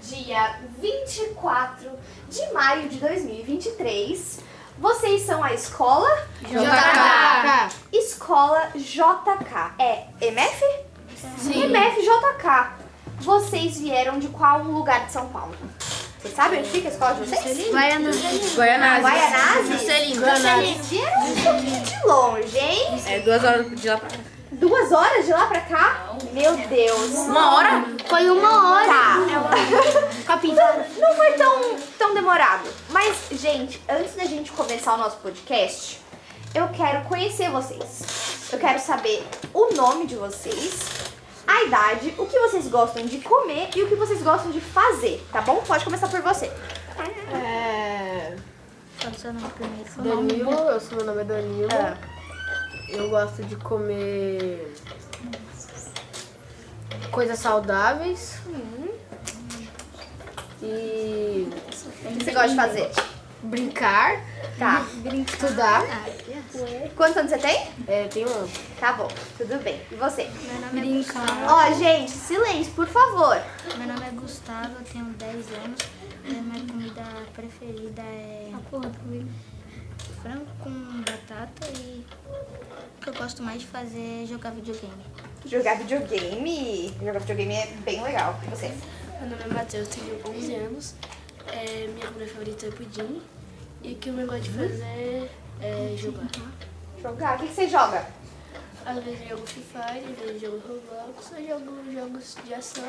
Dia 24 de maio de 2023. Vocês são a escola JK. Escola JK. É MF? Sim. MF JK. Vocês vieram de qual lugar de São Paulo? Vocês sabem onde fica a escola de vocês? Guaianazes. Guaianazes. Guaianazes? Juscelino. Vocês vieram um pouquinho de longe, hein? É duas horas de lá pra cá. Duas horas de lá pra cá? Meu Deus. Uma hora? Foi uma hora. Tá. Não foi tão, tão demorado. Mas, gente, antes da gente começar o nosso podcast, eu quero conhecer vocês. Eu quero saber o nome de vocês, a idade, o que vocês gostam de comer e o que vocês gostam de fazer, tá bom? Pode começar por você. É. Qual o seu nome primeiro? Danilo, eu sou, meu nome é Danilo. É. Eu gosto de comer coisas saudáveis. Uhum. E O que você gosta de fazer? brincar, Tá. estudar. Ah, Quantos anos você tem? É, tem um. Tá bom, tudo bem. E você? Meu nome é Gustavo. Ó, gente, silêncio, por favor. Meu nome é Gustavo, eu tenho 10 anos. E É, a minha comida preferida é frango com batata e o que eu gosto mais de fazer é jogar videogame. Jogar videogame. Jogar videogame é bem legal. E você? Meu nome é Matheus, tenho 11 anos. É, minha comida favorita é pudim. E o que eu mais gosto de fazer é jogar. Jogar. O que que você joga? Às vezes eu jogo Free Fire, às vezes eu jogo Roblox, eu jogo jogos de ação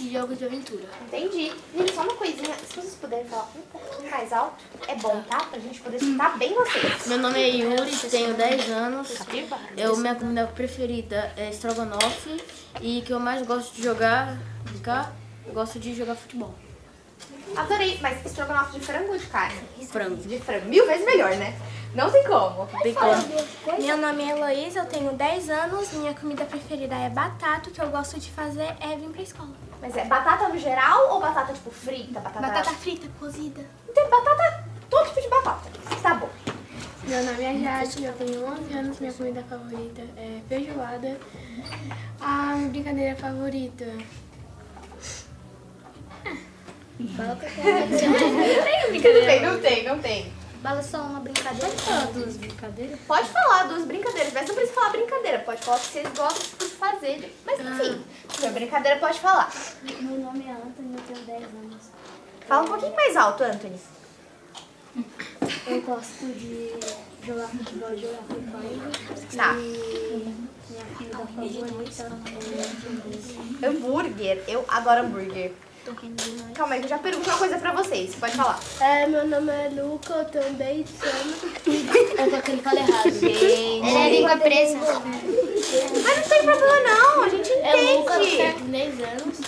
e jogos de aventura. Entendi. Gente, só uma coisinha, se vocês puderem falar um pouquinho mais alto, é bom, tá? Pra gente poder escutar bem vocês. Meu nome é Yuri, tenho 10 anos. Eu, minha comida preferida é estrogonofe. E que eu mais gosto de jogar, brincar, gosto de jogar futebol. Adorei, mas estrogonofe de frango ou de carne? Frango. De frango. Mil vezes melhor, né? Não tem como. Tem como. Meu nome é Heloísa, eu tenho 10 anos, minha comida preferida é batata, o que eu gosto de fazer é vir pra escola. Mas é batata no geral ou batata tipo frita? Batata. Batata frita, cozida. Tem batata, todo tipo de batata. Tá bom. Meu nome é Jade, eu tenho 11 anos, minha comida favorita é feijoada. A minha brincadeira favorita. Tudo bem, não tem, não tem. Bala só uma brincadeira. Pode falar duas brincadeiras, mas não precisa falar brincadeira. Pode falar o que vocês gostam tipo, de fazer. Mas enfim, se é brincadeira, pode falar. Ah. Meu nome é Anthony, eu tenho 10 anos. Fala um pouquinho mais alto, Anthony. Eu gosto de jogar futebol, jogar futebol. Tá. E minha comida favorita é Hambúrguer. Eu adoro hambúrguer. torresmo. Calma aí, que eu já pergunto uma coisa pra vocês. Pode falar. É, meu nome é Luca, eu tenho 10 anos. Eu tô aquele fala errado. Gente. é língua presa. Mas não tem problema, não. A gente É Lucas, tenho entende. 10 anos.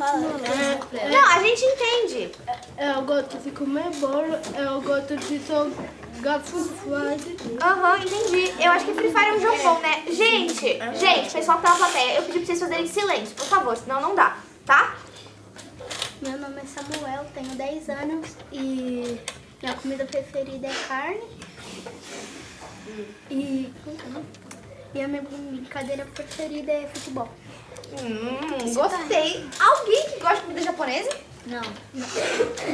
Não, a gente entende. É, Eu gosto de comer bolo, eu gosto de jogar futebol. Aham, entendi. Eu acho que Free Fire é um jogo bom, né? Gente, gente, pessoal que tá na plateia, eu pedi pra vocês fazerem silêncio, por favor, senão não dá, tá? Meu nome é Samuel, tenho 10 anos e minha comida preferida é carne. E, e a minha brincadeira preferida é futebol. Hum, gostei. Alguém que gosta de comida japonesa? Não.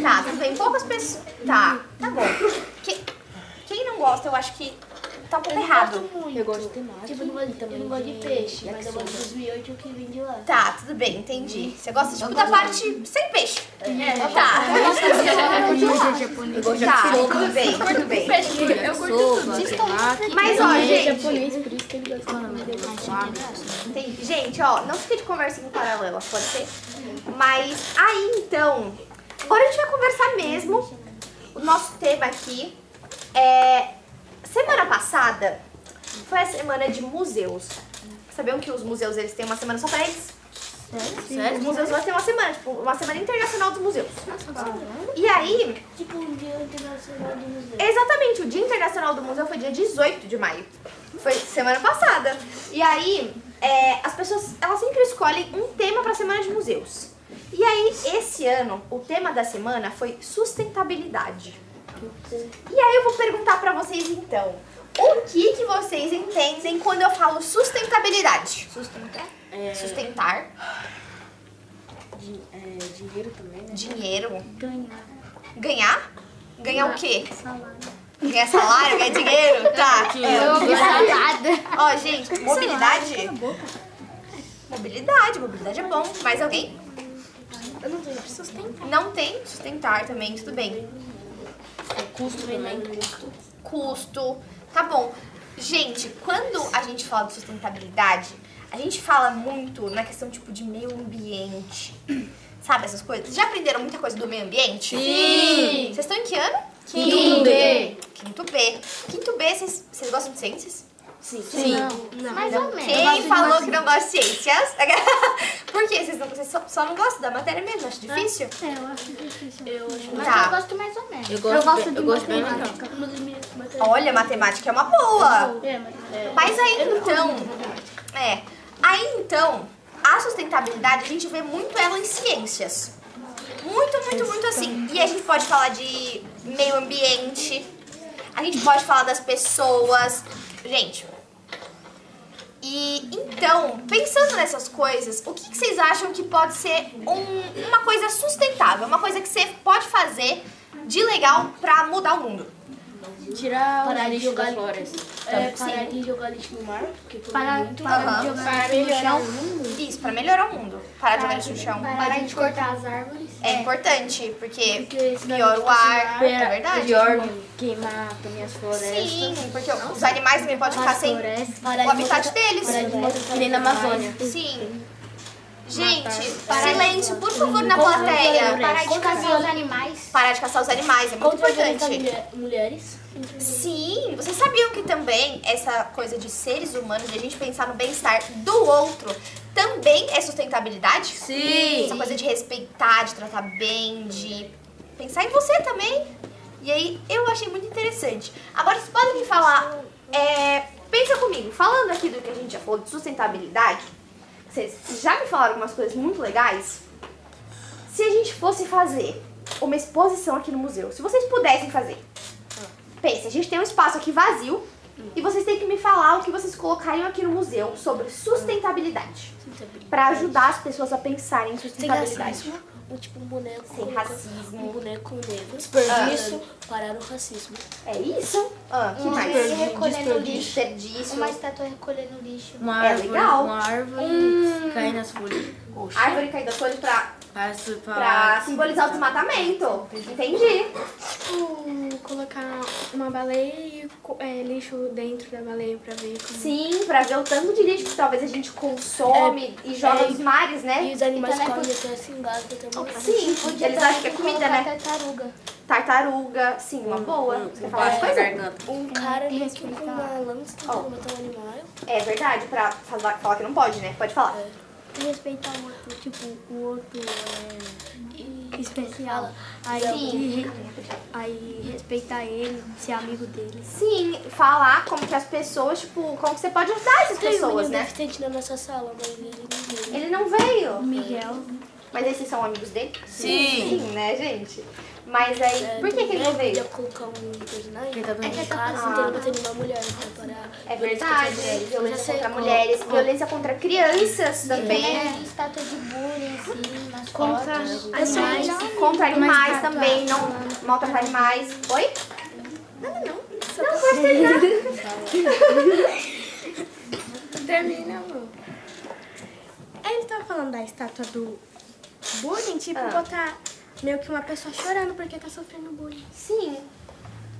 Tá, tudo bem. Poucas pessoas. Tá, tá bom. Que- Quem não gosta, eu acho que tá um pouco errado. muito. Tipo, eu não gosto, eu não gosto de peixe, mas eu gosto dos miojos que vem de lá. Tá, tudo bem, entendi. Você gosta tipo da parte sem peixe. É, tá. Tá, tudo bem, tudo bem. Sopa, temaki. Mas ó, é gente, japonês, por isso que ele gosta de comer entendi. gente, ó, não fica de conversa em paralela, pode ser? Mas aí então, agora a gente vai conversar mesmo. O nosso tema aqui é semana passada foi a semana de museus. Sabiam que os museus eles têm uma semana só pra eles? Os Sério? museus vão ter uma semana, tipo, uma semana internacional dos museus. E aí, Tipo, um dia internacional do museu. Exatamente, o Dia Internacional do Museu foi dia 18 de maio. Foi semana passada. E aí, é, as pessoas, elas sempre escolhem um tema pra semana de museus. E aí, esse ano, o tema da semana foi sustentabilidade. E aí eu vou perguntar pra vocês então, o que que vocês entendem quando eu falo sustentabilidade? Sustentar? É, Sustentar, é, dinheiro também, né? dinheiro, Ganhar ganhar? Ganhar o quê? salário. Ganhar salário, ganhar dinheiro? Tá. Salada. Ó, gente, mobilidade. Mobilidade, mobilidade é bom. Mais alguém? Eu não tenho sustentar. Não tem? Sustentar também, tudo bem. Custo né? também. Custo. Tá bom. Gente, quando a gente fala de sustentabilidade, a gente fala muito na questão tipo de meio ambiente. Sabe essas coisas? Já aprenderam muita coisa do meio ambiente? Sim! Vocês estão em que ano? Quinto B. Quinto B. Quinto B, vocês vocês gostam de ciências? Sim. Mais ou menos. Quem falou que não gosta É, de ciências? Por quê? Vocês, não, vocês só, só não gostam da matéria mesmo? Acho difícil? É, eu acho difícil. Eu acho Mas Tá. eu gosto mais ou menos. Eu gosto, bem- eu gosto bem legal. matemática. uma das minhas matérias. Olha, matemática é uma boa. É, matemática. Mas aí então. É. Aí então, a sustentabilidade, a gente vê muito ela em ciências. Muito, muito, muito assim. E a gente pode falar de meio ambiente, a gente pode falar das pessoas. Gente. E então, pensando nessas coisas, o que, que vocês acham que pode ser um- uma coisa sustentável? Uma coisa que você pode fazer de legal pra mudar o mundo? Tirar Parar o de lixo jogar das lixo. flores. É, parar de jogar lixo no mar. Porque Para, polui muito. para Aham. de jogar no chão. Isso, pra melhorar o mundo. Parar de jogar lixo no chão. Parar de cortar as árvores. É importante, porque Porque senão piora tipo o a gente ar, fica é verdade? assim, Pior queimar também as florestas. Sim, porque os animais também podem ficar sem o habitat deles. Que nem na Amazônia. Sim. Gente, silêncio, por favor, na plateia. Parar de caçar os animais. Parar de caçar os animais, é muito Contra violentar importante. mulher- mulheres. Sim, vocês sabiam que também essa coisa de seres humanos, de a gente pensar no bem-estar do outro, também é sustentabilidade? Sim. Essa coisa de respeitar, de tratar bem, de pensar em você também. E aí eu achei muito interessante. Agora vocês podem me falar, é, pensa comigo, falando aqui do que a gente já falou de sustentabilidade, vocês já me falaram algumas coisas muito legais. Se a gente fosse fazer uma exposição aqui no museu, se vocês pudessem fazer, Pense, a gente tem um espaço aqui vazio e vocês têm que me falar o que vocês colocariam aqui no museu sobre sustentabilidade. Pra ajudar as pessoas a pensarem em Sem sustentabilidade. racismo. Um, tipo, um boneco. Sem Um racismo. boneco negro. Ah. Desperdício. Parar o racismo. É isso? Ah, que Uma mais? árvore recolhendo lixo. Desperdício. Uma estátua recolhendo lixo. Uma É árvore, legal. Hum. uma árvore cair nas folhas. Árvore caída folha pra, Para, su- pra para... simbolizar o desmatamento. Entendi. Tipo, colocar uma baleia e co- é, lixo dentro da baleia pra ver como... Sim, pra ver o tanto de lixo que talvez a gente consome e joga é, nos mares, E né? os animais Então, né, comem até se engasgam também. Sim, eles acham que é comida, né? Tartaruga. Tartaruga, sim, uma boa. Você quer falar de para a coisa? garganta. Um cara É, tem meio que que com explicar. uma lança Ó. tentou matar um animal. É verdade, pra falar, falar que não pode, né? Pode falar. E respeitar o outro, tipo, o outro é especial. Sim. Aí, aí respeitar ele, ser amigo dele. Sim, falar como que as pessoas, tipo, como que você pode ajudar essas Tem um pessoas, menino né? deficiente na nossa sala, mas ele não veio. Ele não veio. Miguel. Mas esses são amigos dele? Sim. Sim, né, gente? Mas aí, por que que ele não Ele veio? ia colocar um personagem. Ele tá É doente. Um cara tentando bater numa mulher né, pra parar. É verdade, violência contra qual- mulheres, violência contra crianças também, É, estátua de bullying, assim, nas Contra fotos. né? animais. contra animais também, não maltratar animais. Oi? Nada não. Não, gostei nada. Termina, amor. Ele tava falando da estátua do bullying, tipo, Ah. botar meio que uma pessoa chorando porque tá sofrendo bullying. Sim.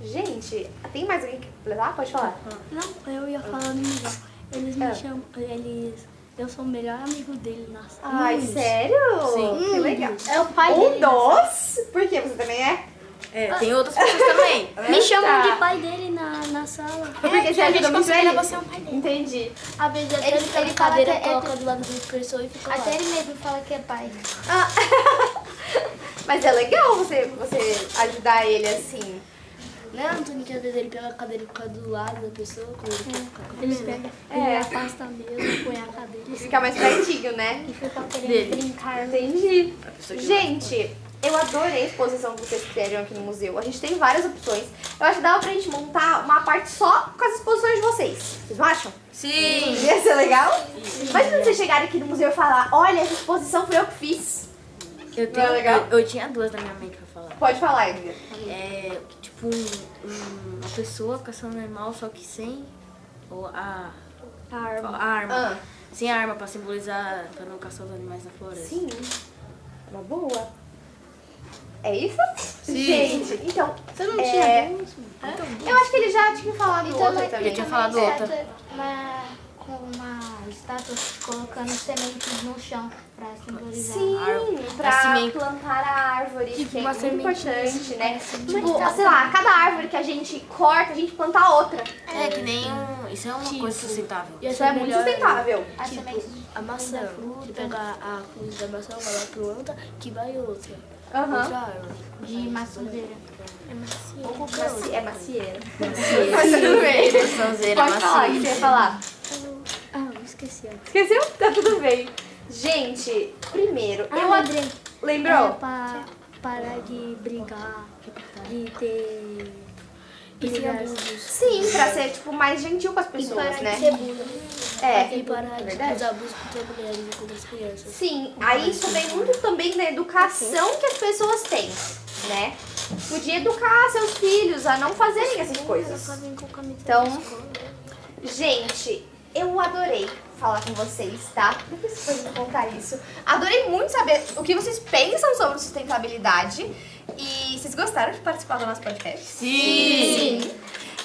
Gente, tem mais alguém que completar? Pode falar. Não, eu ia falar do Miguel. Eles Ah. me chamam, eles... Eu sou o melhor amigo dele na sala. Ai, sério? Sim. Que legal. É o pai Um dele. dos? Por que você também é? É, tem outras pessoas também. Me chamam Tá. de É, pai dele na, na sala. Porque você ajuda muito ele? um pai dele. Entendi. Às vezes até Ele- ele pega ele a fala é cadeira, até- coloca do lado da pessoa e fica lá. Até ele mesmo fala que é pai. Ah, Mas é legal você, você ajudar ele assim. Né, Antônio, que às vezes ele pega a cadeira e fica do lado da pessoa, quando ele quer ficar com a Ele pessoa. pega, É. ele afasta mesmo, põe a cadeira. Fica mais pertinho, né? E foi pra querer Dele. brincar. Entendi. pessoa que- Gente, eu adorei a exposição que vocês fizeram aqui no museu. A gente tem várias opções. Eu acho que dava pra gente montar uma parte só com as exposições de vocês. Vocês não acham? Sim! Ia ser legal? Imagina vocês chegarem aqui no museu e falar, olha, essa exposição foi eu que fiz. Eu, Não é tenho, legal? eu, eu tinha duas na minha mente pra falar. Pode falar, Ingrid. É, tipo, um- um- uma pessoa caçando animal, só que sem ou a, A arma. a arma. Ah, Sem a arma pra simbolizar, pra não caçar os animais na floresta. sim. Uma boa. É isso? Gente, então... Você não tinha Então, Eu acho que ele já tinha falado do outro também. é Eu tinha falado outra. Uma, com uma estátua colocando sementes no chão pra simbolizar. Sim, árvore. pra A semente. plantar a árvore, que é uma muito sementinha, importante, né? Tipo, Mas tá- sei lá, cada árvore que a gente corta, a gente planta a outra. É que nem um. Isso é uma coisa sustentável. E Isso é muito sustentável. Tipo, As sementes A maçã, ele pega a cruz da maçã, vai lá pro anta, que vai outra. Aham. Outra árvore. de maçudeira. Ou qualquer outra. Maci- É macieira. Mas tudo bem. Maçãzeira, Pode falar, o que macia. você ia falar? Ah, esqueci. ó. Esqueceu? Tá tudo bem. Gente, primeiro, eu ad- lembrei. É Lembrou? pra parar de brigar, de ter. E tem brigar. abusos. Sim, pra ser, tipo, mais gentil com as pessoas, né? É. E parar de Verdade. os abusos contra mulheres e contra as crianças. Sim, aí isso vem muito também da educação que as pessoas têm, né? Podia educar seus filhos a não fazerem essas coisas. Então, gente, eu adorei falar com vocês, tá? Depois vocês podem me contar isso. Adorei muito saber o que vocês pensam sobre sustentabilidade. E vocês gostaram de participar do nosso podcast? Sim!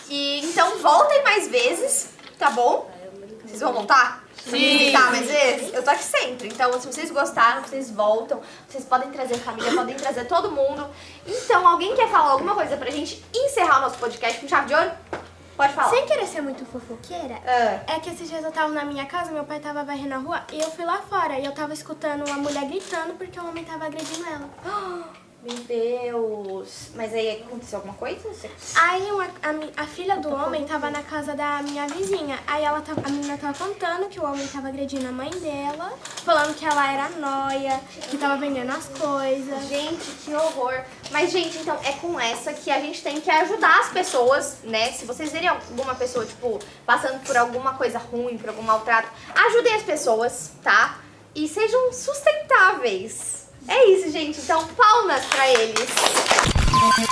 E então voltem mais vezes, tá bom? Vocês vão voltar? Sim. Tá, mas vezes? eu tô aqui sempre. Então, se vocês gostaram, vocês voltam. Vocês podem trazer família, podem trazer todo mundo. Então, alguém quer falar alguma coisa pra gente encerrar o nosso podcast com chave de ouro? Pode falar. Sem querer ser muito fofoqueira, Ah, É que esses dias eu tava na minha casa, meu pai tava varrendo a rua e eu fui lá fora e eu tava escutando uma mulher gritando porque o homem tava agredindo ela. Ah, meu Deus. Mas aí aconteceu alguma coisa? Você- Aí uma- a, mi- a filha do homem tava na casa da minha vizinha. Aí ela tava, a menina tava contando que o homem tava agredindo a mãe dela, falando que ela era noia, que tava vendendo as coisas. Gente, que horror. Mas, gente, então é com essa que a gente tem que ajudar as pessoas, né? Se vocês verem alguma pessoa, tipo, passando por alguma coisa ruim, por algum maltrato, ajudem as pessoas, tá? E sejam sustentáveis. É isso, gente. Então, palmas pra eles.